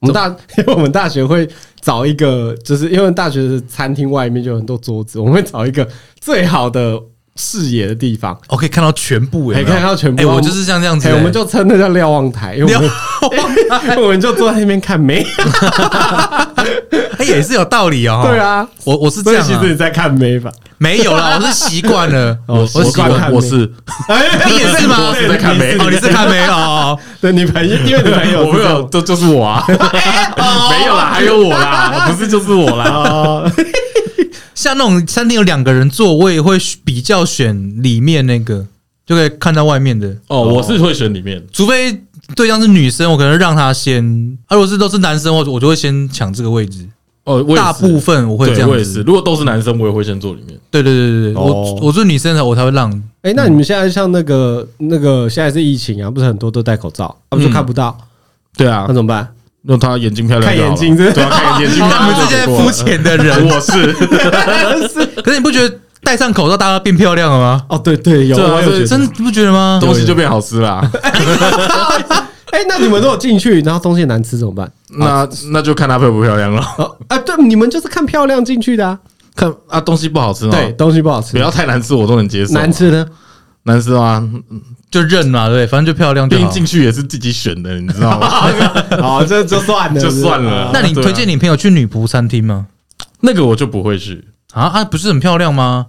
我们大， *laughs* 因为我们大学会找一个，就是因为大学的餐厅外面就有很多桌子，我们会找一个最好的视野的地方，哦我可以看到全部，有没可以有看到全部哎，我就是像这样子哎，欸，我们就称那叫瞭望台，因为我们 *laughs* 我们就坐在那边看梅。哎也是有道理哦。 *laughs* 对，啊，我我是所这以样其啊实，你在看梅吧？没有 *laughs* 啦，我是习惯了，哦我习习惯惯。看我是哎你也是吗对在看梅你哦，你是是看没有？哦 *laughs* 对你朋 *laughs* 友，因为你朋友我没是这有，样这哦就是我 *laughs* 啊，没有啦，还有我啦，不是就是我啦。哦啊，像那种餐厅有两个人坐，我也会比较选里面那个，就可以看到外面的。哦，我是会选里面，除非对象是女生，我可能让她先；啊，如果是都是男生，我我就会先抢这个位置。哦，我也是大部分我会这对我样也是，子。如果都是男生，我也会先坐里面。对对对对对，哦我我是女生才我才会让。哎、那你们现在像那个那个，现在是疫情啊，不是很多都戴口罩，他嗯们就看不到，对啊那，怎么办？ *laughs* 那他眼睛漂亮就好看眼了，睛是不是对啊，看眼睛漂他亮们就这 *laughs* 好些过肤了。浅的人，我是，可是你不觉得戴上口罩大家变漂亮了吗？哦，对对，有，对啊我有觉得。真的不觉得吗？东西就变好吃啦。 *laughs* 哎、那你们如果进去，然后东西难吃怎么办？那那就看他漂不漂亮了。哦，啊，对，你们就是看漂亮进去的啊。看啊，东西不好吃哦，对，，东西不好吃不，要哦太难吃，我都能接受。啊难吃呢？难吃吗？就认嘛，对，反正就漂亮毕就竟好。进去也是自己选的，你知道 *laughs* 吗？ *laughs* 哦，这就算了，就算了那你推荐你朋友去女仆餐厅吗？那个我就不会去，啊啊，不是很漂亮吗？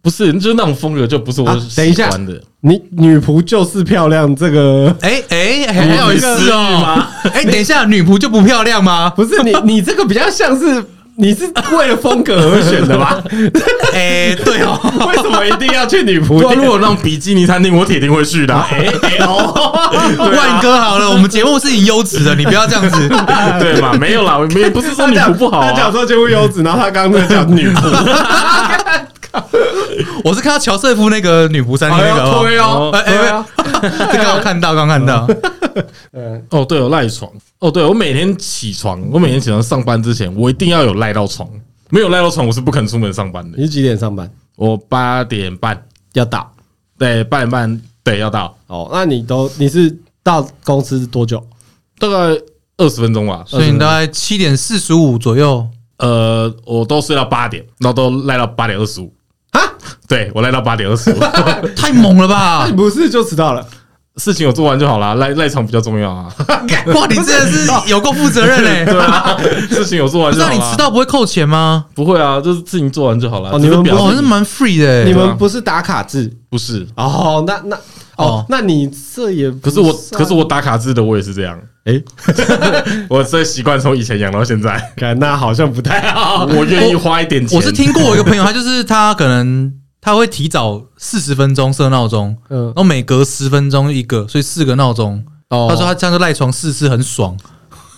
不是，就是那种风格就不是我啊等一喜下欢的。你女仆就是漂亮，这个哎哎，还还有一次哦吗，哎，等一下，女仆就不漂亮吗？不是你，你这个比较像是你是为了风格而选的吧？哎，对哦， *laughs* 为什么一定要去女仆对啊，如店？哎果有那种比基尼餐厅，我铁定会去的啊。 *laughs* 哦 *laughs* 啊万哦哥好了，我们节目是以优质的，你不要这样子。对 *laughs* 嘛？没有啦，没有不 *laughs* 是说他女讲仆不好他讲啊。说节目优质，然后他刚刚在讲女 *laughs* 仆，我是看到乔瑟夫那个女仆三厅那个，好不好哦哎推哎哦，哎，这刚好看到，刚看到。呃哦，对，有赖床。哦，对，我每天起床，我每天起床上班之前，我一定要有赖到床。没有赖到床，我是不肯出门上班的。你是几点上班？我八点半，要到对，八点半，对，要到哦，那你都你是到公司多久？大概二十分钟吧。嗯所以你大概七点四十五左右，呃，我都睡到八点，然后都赖到八点二十五。啊，对我赖到八点二十五， *laughs* 太猛了吧啊你！不是就迟到了？事情我做完就好啦，赖赖床比较重要啊。哇，你真的是有够负责任 *laughs* 对 *laughs* 嘞！啊，事情有做完不就知好道啦。你迟到不会扣钱吗？不会啊，就是事情做完就好了。哦只是你们不表哇，现是蛮 free 的啊你欸。们不是打卡制不是？哦？那那哦哦，那你这也可可是我，可是我打卡制的，我也是这样。哎，我这习惯从以前养到现在，看那好像不太好。我愿意花一点钱。哦我是听过我一个朋友，他就是他可能他会提早四十分钟设闹钟，嗯然，后每隔十分钟一个，所以四个闹钟。哦他说他这样就赖床四次很爽。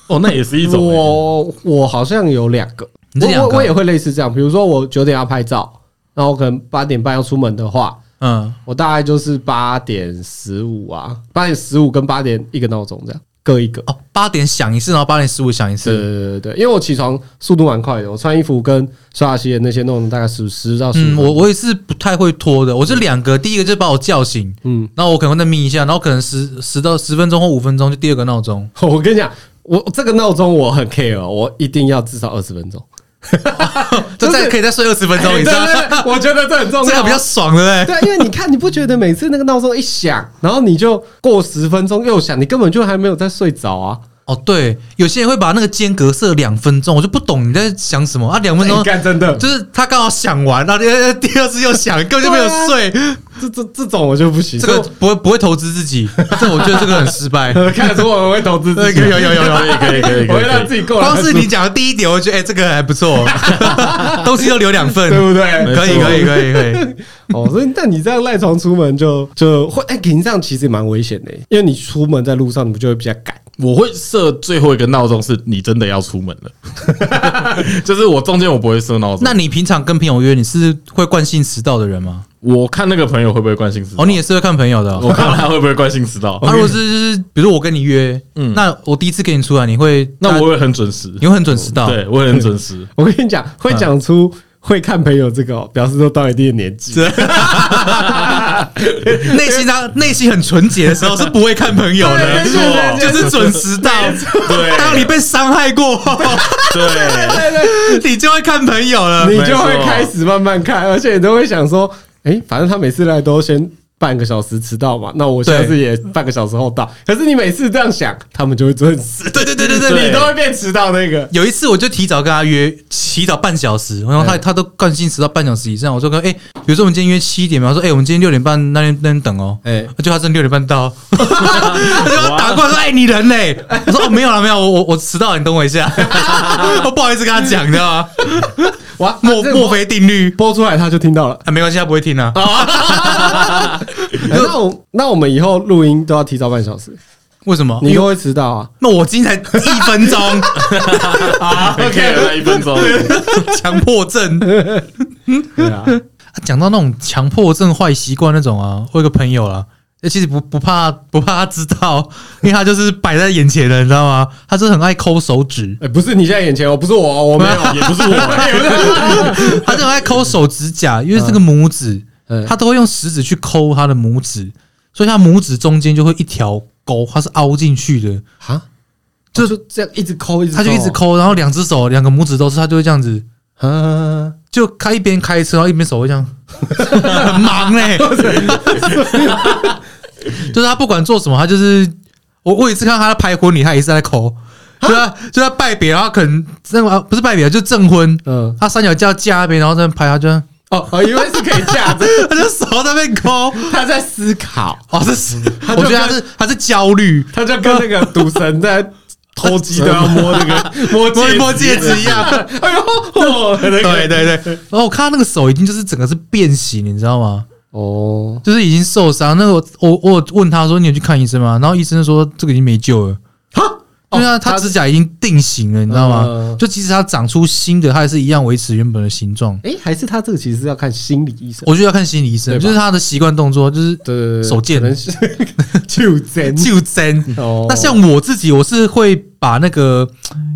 哦，那也是一种欸、我我好像有两个，你这两我个我我也会类似这样，比如说我九点要拍照，然后可能八点半要出门的话，嗯，我大概就是八点十五啊，八点十五跟八点一个闹钟这样各一个。哦，八点响一次，然后八点十五响一对次。对对对对，因为我起床速度蛮快的，我穿衣服跟刷牙洗脸那些弄大概十十到十嗯，五。我我也是不太会拖的，我是两个，第一个就是把我叫醒，嗯，然后我可能会再眯一下，然后可能十十到十分钟或五分钟就第二个闹钟。 *laughs* 我跟你讲，我这个闹钟我很 care，哦我一定要至少二十分钟。就这是再可以再睡二十分钟 *laughs* 对以对上，对，我觉得这很重要，这个比较爽的嘞。对，啊因为你看，你不觉得每次那个闹钟一响，然后你就过十分钟又响，你根本就还没有在睡着啊！哦，对，有些人会把那个间隔设两分钟，我就不懂你在想什么啊？两分钟你看，真的，就是他刚好想完，然后第第二次又想，根本就没有 *laughs* 睡，这这这种我就不行。这个不会不会投资自己，这我觉得这个很 *laughs* 失败。这我看得出我们会投资自对，己，有有有有可以可以 *laughs* 可以我可会以让可自以。己够。光是你讲的第一点，我就觉得哎、这个还不错，哦 *laughs* 东西都留两份，对不没对？可以错可以可以可以。哦，所以但你这样赖床出门就就会，哎、你这样其实也蛮危险的，因为你出门在路上，你不就会比较赶？我会设最后一个闹钟，是你真的要出门了。 *laughs* 就是我中间我不会设闹钟。那你平常跟朋友约，你是会惯性迟到的人吗？我看那个朋友会不会惯性迟到？哦，你也是会看朋友的、哦。我看他会不会惯性迟到？ *laughs* 啊，如果是就是，比如我跟你约，嗯那我第一次跟你出来，你会那我会很准时。你会很准时到， *laughs* 对，我会很准时。我跟你讲，会讲出会看朋友这个、哦，表示都到一定的年纪。内心他内心很纯洁的时候是不会看朋友的，对对对就对是准时到。对当你被伤害过，对，对对 *laughs* 你就会看朋友了你。没就会错开始慢慢看，而且你都会想说，诶，反正他每次来都先半个小时迟到嘛，那我下次也半个小时后到。可是你每次这样想，他们就会准时， *laughs* 对对对对对，对你都会变迟到那个。有一次我就提早跟他约，提早半小时，然后他他都惯性迟到半小时以上。我说跟他哎，比如说我们今天约七点嘛，他说哎、我们今天六点半那边那边等哦。哎就他真六点半到，他就要打过来说：“哎、你人呢？”我说：“哦，没有了，没有，我我我迟到了，你等我一下。”我不好意思跟他讲，你知道吗？哇， *laughs* 墨这个墨菲定律播出来他就听到了。啊，没关系，他不会听啊。诶那我那我们以后录音都要提早半小时，为什么？你都会迟到啊？那我今天才一分钟， OK，来一分钟。强迫症。对啊，讲到那种强迫症坏习惯那种啊，我有个朋友啦，那其实不不怕不怕他知道， *laughs* 因为他就是摆在眼前的，你知道吗？他就是很爱抠手指，哎，不是你现在眼前哦，不是我哦，我没有，也不是我、他就很爱抠手指甲，因为这个拇指，嗯他都会用食指去抠他的拇指，所以他拇指中间就会一条沟，它是凹进去的，啊，就是这样一直抠，一直他就一直哦，抠，然后两只手两个拇指都是，他就会这样子。啊，就开一边开车，然后一边手会这样， *laughs* 很忙嘞、 *laughs* 就是他不管做什么，他就是我我有一次看到他在拍婚礼，他也是在抠，就他就啊他拜别，然后可能正不是拜别，就证婚，嗯，他三脚架架那边，然后在那边拍，他就这样哦哦，因为是可以架着，他就手在那边抠， *laughs* 他在思考，哦，这是他就我觉得他跟是他是焦虑，他就跟那个赌神在偷鸡都 *laughs* 要摸那个摸啊摸一摸戒指一样。哎呦，哦那个对对对，然后我看他那个手已经就是整个是变形，你知道吗？哦，就是已经受伤。那个我我我有问他说你有去看医生吗？然后医生说这个已经没救了。哈，对啊，他指甲已经定型了，你知道吗嗯？就即使它长出新的，它还是一样维持原本的形状。哎，还是他这个其实是要看心理医生，我觉得要看心理医生，对吧就是他的习惯动作，就是对对对，手贱可能 *laughs* 是就真就针。哦那像我自己，我是会把那个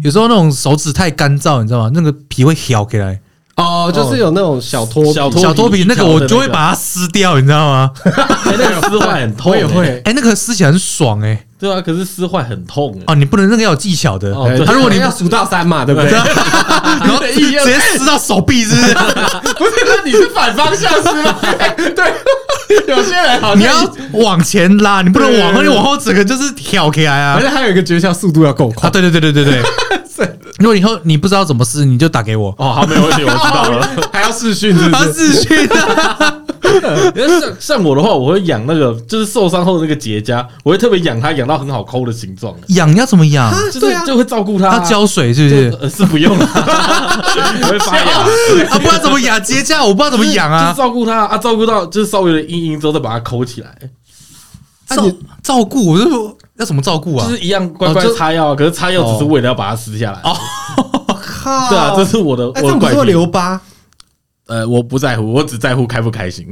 有时候那种手指太干燥，你知道吗？那个皮会挑起来，哦，就是有那种小托小脱皮小脱皮那个我就挑的那会个把它撕掉，你知道吗？哎那个撕坏很痛，我欸也会，哎，那个撕起来很爽哎！对啊，可是撕坏很痛哎哦，你不能那个要有技巧的，哦对他他如如果果你你要数到三嘛，对不哎对？ *laughs* 然后直接撕到手臂，是不 *laughs* 是？不是，那你是反方向是吗？ *laughs* 对，有些人好像你要往前拉，你不能往后，对你往后整个就是挑起来反啊！正还有一个诀窍，速度要够啊，快。对对对对对对。如果以后你不知道怎么撕，你就打给我。哦，好，没有问题，我知道了。 *laughs* 还要试训是不他是？自训 *laughs* 的， *laughs* 因为像像我的话，我会养那个，就是受伤后的那个结痂，我会特别养它，养到很好抠的形状的，痒要怎么痒？就对是啊就会照顾它啊。要浇水是不是？呃是不用了，我会发痒。啊，不然怎么养结痂？我不知道怎么养就啊是。照顾它啊，照顾到就是稍微有点阴影之后，再把它抠起来，就是照照顾，我就要怎么照顾啊就？是一样乖乖哦就擦药啊。可是擦药只是为了要把它撕下来。哦，靠 *laughs* 对啊，这是我的哎这我的样不怪是会癖。留疤？呃，我不在乎，我只在乎开不开心。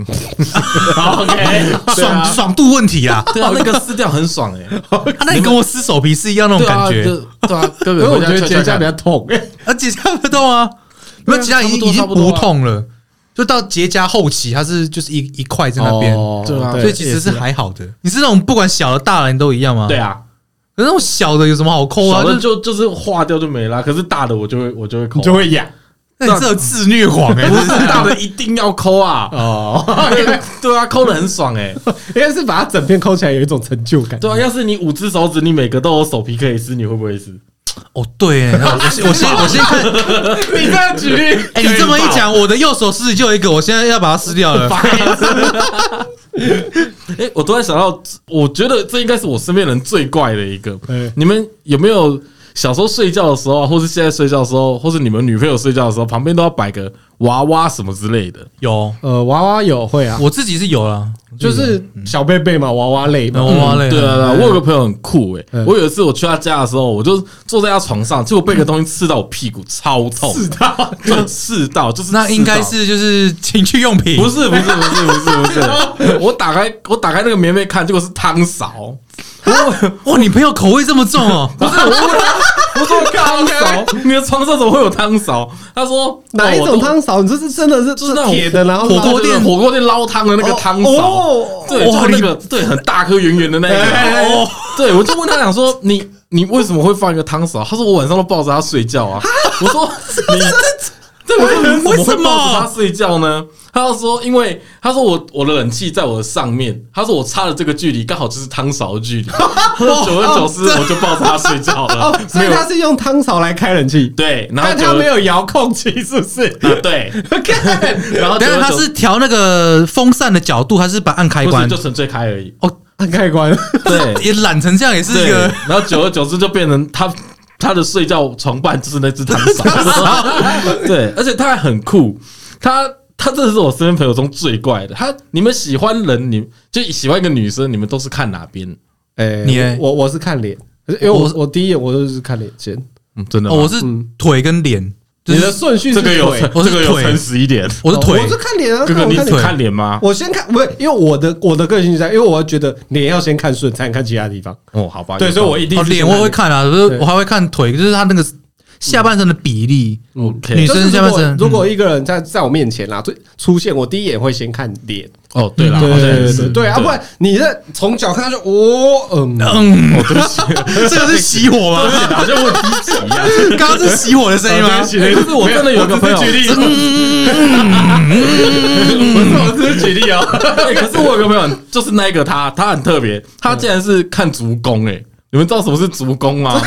OK，对爽啊，爽度问题啊！对啊，那个撕掉很爽 *laughs* 哎，啊那你跟我撕手皮是一样那种对感啊，觉，就 *laughs* 对啊，*laughs* 根因为本我觉得结痂比比较痛。啊，结痂不痛啊，没对啊有结痂已差不经多已经差不多不啊痛了，就到结痂后期，它是就是一一块在那哦边，对啊哎所以其实是还好的。你是那种不管小的大的你都一样吗？对。啊，可是那种小的有什么好抠啊？小的就就就是化掉就没啦。可是大的我就会我就会抠你， *laughs* 就会痒。那哎你这有自虐狂哎、不是欸！大的一定要抠啊哦， *laughs* 对啊，抠的很爽哎、 *laughs* 应该是把它整片抠起来有一种成就感。对啊，要是你五只手指，你每个都有手皮可以撕，你会不会撕？哦，对、欸，我先我先我先看，你这样举例，哎、你这么一讲，我的右手指就有一个，我现在要把它撕掉了。哎、我突然想到，我觉得这应该是我身边人最怪的一个嗯。你们有没有小时候睡觉的时候啊，或是现在睡觉的时候，或是你们女朋友睡觉的时候，旁边都要摆个娃娃什么之类的？ *laughs* 有，呃，娃娃有会啊，我自己是有啦，嗯就是嗯小贝贝嘛，娃娃类娃嘛。娃类、对啊，哎对啊，我有个朋友很酷诶、嗯我有一次我去他家的时候，我就坐在他床上，结果被一个东西刺到我屁股，超痛，知道，对，刺到，就是那应该刺到是就是情趣用品，不是不是不是不是不 *laughs* 是，我打开我打开那个棉被看，结果是 *laughs* 汤勺，哇，你朋友口味这么重哦、不是我我我说汤勺，你的床上怎么会有汤勺？他说哪一哦我种都汤勺？你这是真的是是那种铁的，然后火锅拉店火锅店捞汤的那个汤勺，哦，对，哇就是那个对很大颗圆圆的那一哎个，哦对我就问他讲说你你为什么会放一个汤勺？他说我晚上都抱着它睡觉啊，我 *laughs* 说你。对，我说你为怎么什会抱着么它？睡觉呢？他就说，因为他说我我的冷气在我的上面，他说我差的这个距离刚好就是汤勺的距离，喝久而久之我就抱着他睡觉了哦，，所以没有他是用汤勺来开冷气，对，然后但他久没有遥控器，是不是？啊对，然后久等一而下，他久是调那个风扇的角度，还是把按开不是关就？纯粹开 *laughs* 而已，哦，按开 *laughs* 关，对也懒成这样，也是一对个，然后久而久之就变成他他的睡觉床伴就是那只汤勺， *laughs* 对，而且他还很酷，他他这是我身边朋友中最怪的。他你们喜欢人，你就喜欢一个女生，你们都是看哪边？哎你欸我我是看脸，可是因为我我我第一眼我就是看脸先，嗯，真的哦，吗，我是腿跟脸，就你的是顺序是这个有腿诚我是 *laughs* 这个有腿诚实一点，我是哦腿我是，看脸啊，哥哥看我你看只脸看脸吗？我先看，不是因为我的我的个性是这样，因为我觉得脸要先看顺，才能看其他地方。哦，好吧，对，有所以我一定哦，是脸先我会看看啊，就是对我还会看腿，就是他那个下半身的比例。女 OK 脸。生就是下如半果身如果一个人在在我面前啦，最出现，我第一眼会先看脸。哦，对了，对好像也对是对对啊，不然你这从脚看上去，哦，嗯，嗯， *laughs* 这个是熄火 *laughs* 对不吗？起好像我提起一样。刚刚是熄火的声音吗？哎可是我真的有一个朋友，举例， *laughs* 我只是举 *laughs* 例哦。哎可是我有个朋友，就是那一个他，他很特别，他竟然是看足弓哎、你们知道什么是足弓吗？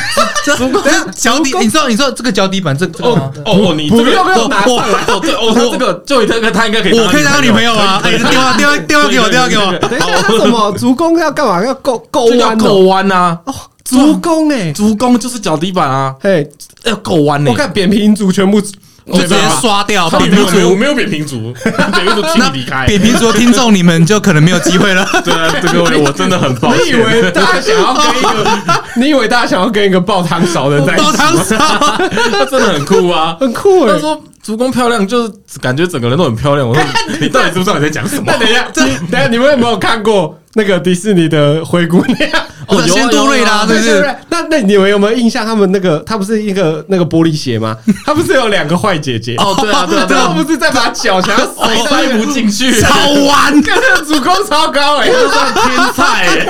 这等下脚底，你知道你知道这个脚底板这这个吗哦？哦，你不这个用哦用拿上来，哦，对哦，他这个就这个他应该可以，哦我可以当女朋友啊！哎，电话电话电话给我，电话给我。等一下，它什么足弓要干嘛？要够够就叫弯狗哦，弯啊呐，足弓哎，足弓就是脚底板啊，嘿，要狗弯呢我。看扁平足全部我直接刷掉他扁们没平有没有足，没有扁平足，扁平足请你离开。扁平足的听众你们就可能没有机会 *laughs* 了。对啊，这个我真的很抱歉。 *laughs* 你以为大家想要跟一个，你以为大家想要跟一个爆汤勺的人在一煲起，汤勺， *laughs* 他真的很酷啊！很酷哎、他说足弓漂亮，就是感觉整个人都很漂亮。我说你到底知不知道你在讲 *laughs* 什么那？等一下，等一下， *laughs* 你们有没有看过那个迪士尼的灰姑娘？哦有啊仙杜瑞拉有啊 *laughs* 对不对不是？对？那那你们有没有印象？他们那个，他不是一个那个玻璃鞋吗？ *laughs* 他不是有两个坏姐姐？哦，对 *laughs* 啊，对啊，哦对他啊，不是在把脚想要我 *laughs* 塞塞在不 *laughs* 进去，超弯，看他 *laughs* 的主攻超高 *laughs* 哎、这算天才耶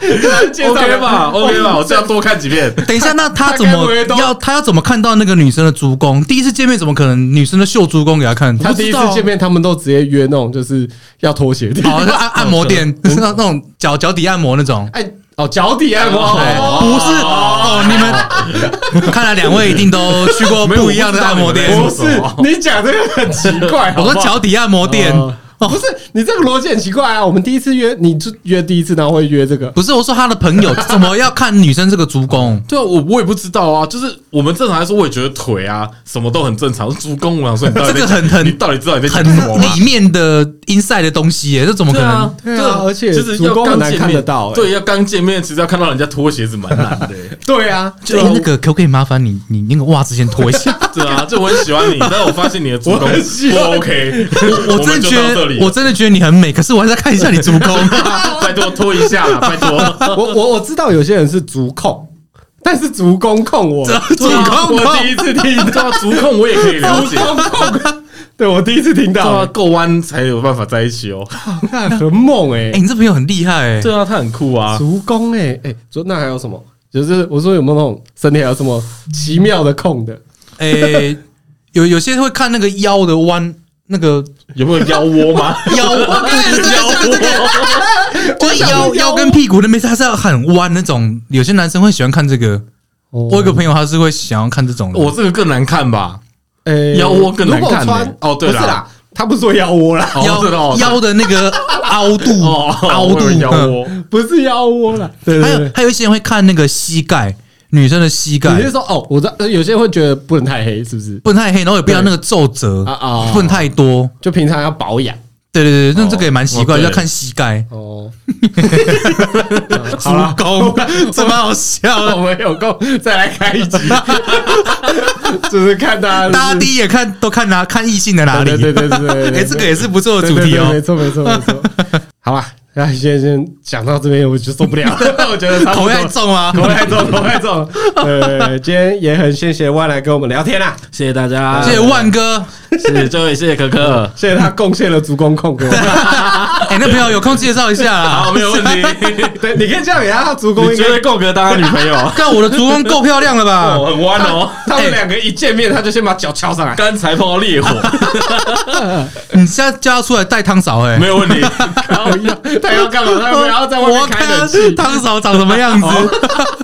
欸、 ！OK 吧，OK 吧，我这样多看几遍。等一下，那他怎他该不么会都要他要怎么看到那个女生的足弓？第一次见面怎么可能女生的秀足弓给他看？他第一次见面，他们都直接约那种就是要脱鞋的，哦，按按摩店，就是 *laughs* 那那种脚脚底按摩那种。哎哦脚底按摩，对，哦不是哦，你们看来两位一定都去过不一样的按摩店没。有不是你讲这个很奇怪，好 *laughs* 不我好说脚底按摩店，哦，不是你这个逻辑很奇怪啊！我们第一次约，你就约第一次，然后会约这个，不是我说他的朋友怎么要看女生这个足弓？对啊，我我也不知道啊，就是我们正常来说，我也觉得腿啊什么都很正常。足弓，我想说你到底在这个很很你到底知道你在很讲什么吗？里面的 inside 的东西耶，这怎么可对能啊？，对啊这而且其实足要弓很刚难见看面得到欸对，要刚见面，其实要看到人家脱鞋子蛮难的欸。 *laughs* 对啊，就哎那个可不可以麻烦你，你那个袜子先脱一下？对啊，就我很喜欢你，但我发现你的足弓我很喜不欢 OK， *laughs* 我真们的就觉到这得里，我真的觉得你很美，可是我还是要看一下你足弓。 *laughs* 拜托拖一下啦，*laughs* 拜托。我我我知道有些人是足控，但是足弓控我足啊 *laughs* 弓我第一次听 *laughs* 对啊，足控我也可以了解，足弓控， *laughs* 对我第一次听对啊，到，欸够弯才有办法在一起哦。看很猛哎、哎，你这朋友很厉害哎，对啊，他很酷啊。足弓哎哎，说那还有什么？就是我说有没有那种身体还有什么奇妙的控的？哎，有有些会看那个腰的弯，那个有没有腰窝吗？ *laughs* 腰 *laughs* 腰窝，就是腰腰跟屁股那边，它是要很弯那种。有些男生会喜欢看这个。我我有个朋友，他是会想要看这种的。我这个更难看吧？呃腰窝更难如果看穿欸哦对不是啦啦，他不是说腰窝 *laughs* 啦， *laughs* 腰哦这个哦腰的那个凹度， *laughs* 哦，凹我以度为腰嗯窝。不是腰窝啦，对还对有对。还有一些人会看那个膝盖，女生的膝盖你是说哦，我知道有些人会觉得不能太黑，是不是？不能太黑，然后也不要那个皱褶啊啊不能太多。就平常要保养对对对，那这个也蛮奇怪，哦就对要看膝盖。 *laughs* 哦。足弓，这蛮好笑的。我们有空再来开一集， *laughs* 就是看 *laughs* 大家大家第一眼看都看哪看异性的哪里？对对对对对对，哎，这个也是不错的主对题对对没哦。错没错没错。 *laughs* 好吧，那先先讲到这边，我就受不了， *laughs* 了， *laughs* 我觉得差不口多味太重啊！口味太重，口味太重。呃，今天也很谢谢万来跟我们聊天啊啦，谢谢大家，谢谢万哥，谢谢周伟，谢谢可可。谢谢他贡献了足弓控给我 *laughs* 们。哎，那朋友有空介绍一下 *laughs* 好，啦。没有问题。对，你可以这样给他，他足弓 *laughs* 你应觉得该。够格当他女朋友？但我的足弓够漂亮了吧？ *laughs* 哦，很弯哦。他们两个一见面，他就先把脚翘上来。刚才碰到烈火，你现在叫他出来带汤勺哎、 *laughs* 没有问题。 *laughs* 他要干嘛？他不要在外面我开看冷他气。汤勺长什么样子。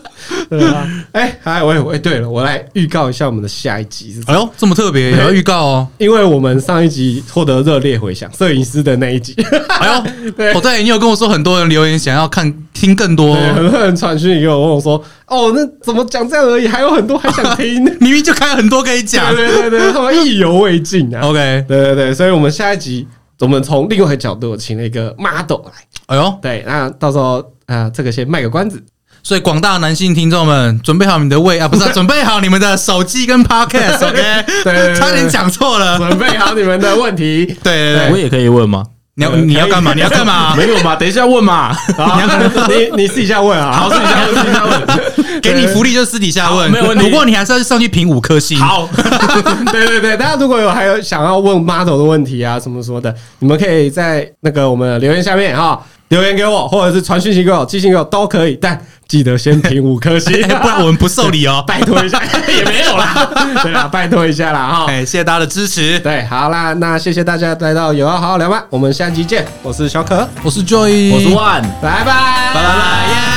*laughs* 对啊，哎，还我哎，对了，我来预告一下我们的下一集是什么，哎呦，这么特别，有要预告哦。因为我们上一集获得热烈回响，摄影师的那一集，哎呦，哦对，你有跟我说很多人留言想要看听更多，对很多人传讯给我，问我说：“哦，那怎么讲这样而已？还有很多还想听。 *laughs* 明明就看很多可以”讲对。对对对，他们意犹未尽啊！ OK，对对对，所以我们下一集，我们从另外一个角度，我请了一个 model 来。哎呦，对，那到时候啊、呃这个先卖个关 *laughs* 子。所以广大男性听众们，准备好你们的胃啊，不 *laughs* 是啊、准备好你们的手机跟 Podcast，OK，、对对对差点讲错了。准备好你们的问题。对对哎我对，也可以问吗？你要你要干嘛？你要干嘛？没有嘛，等一下问嘛。 *laughs* 好，你你私底下问啊。好，试一下问，试一下问。给你福利就私底下问，好没有问题不过你还是要上去评五颗星。好，对对对，大家如果有还有想要问 model 的问题啊，什么什么的，你们可以在那个我们的留言下面哈留言给我，或者是传讯息给我、寄信给我都可以，但记得先评五颗星 *laughs* *laughs* 哎，，不然我们不受理哦。拜托一 *laughs* 下也没有啦，对啦，拜托一下啦哈。哎，谢谢大家的支持，对，好啦，那谢谢大家来到有要好好聊吗？我们下期见，我是小可，我是 Joy， *laughs* 我是万。拜拜，拜拜拜。耶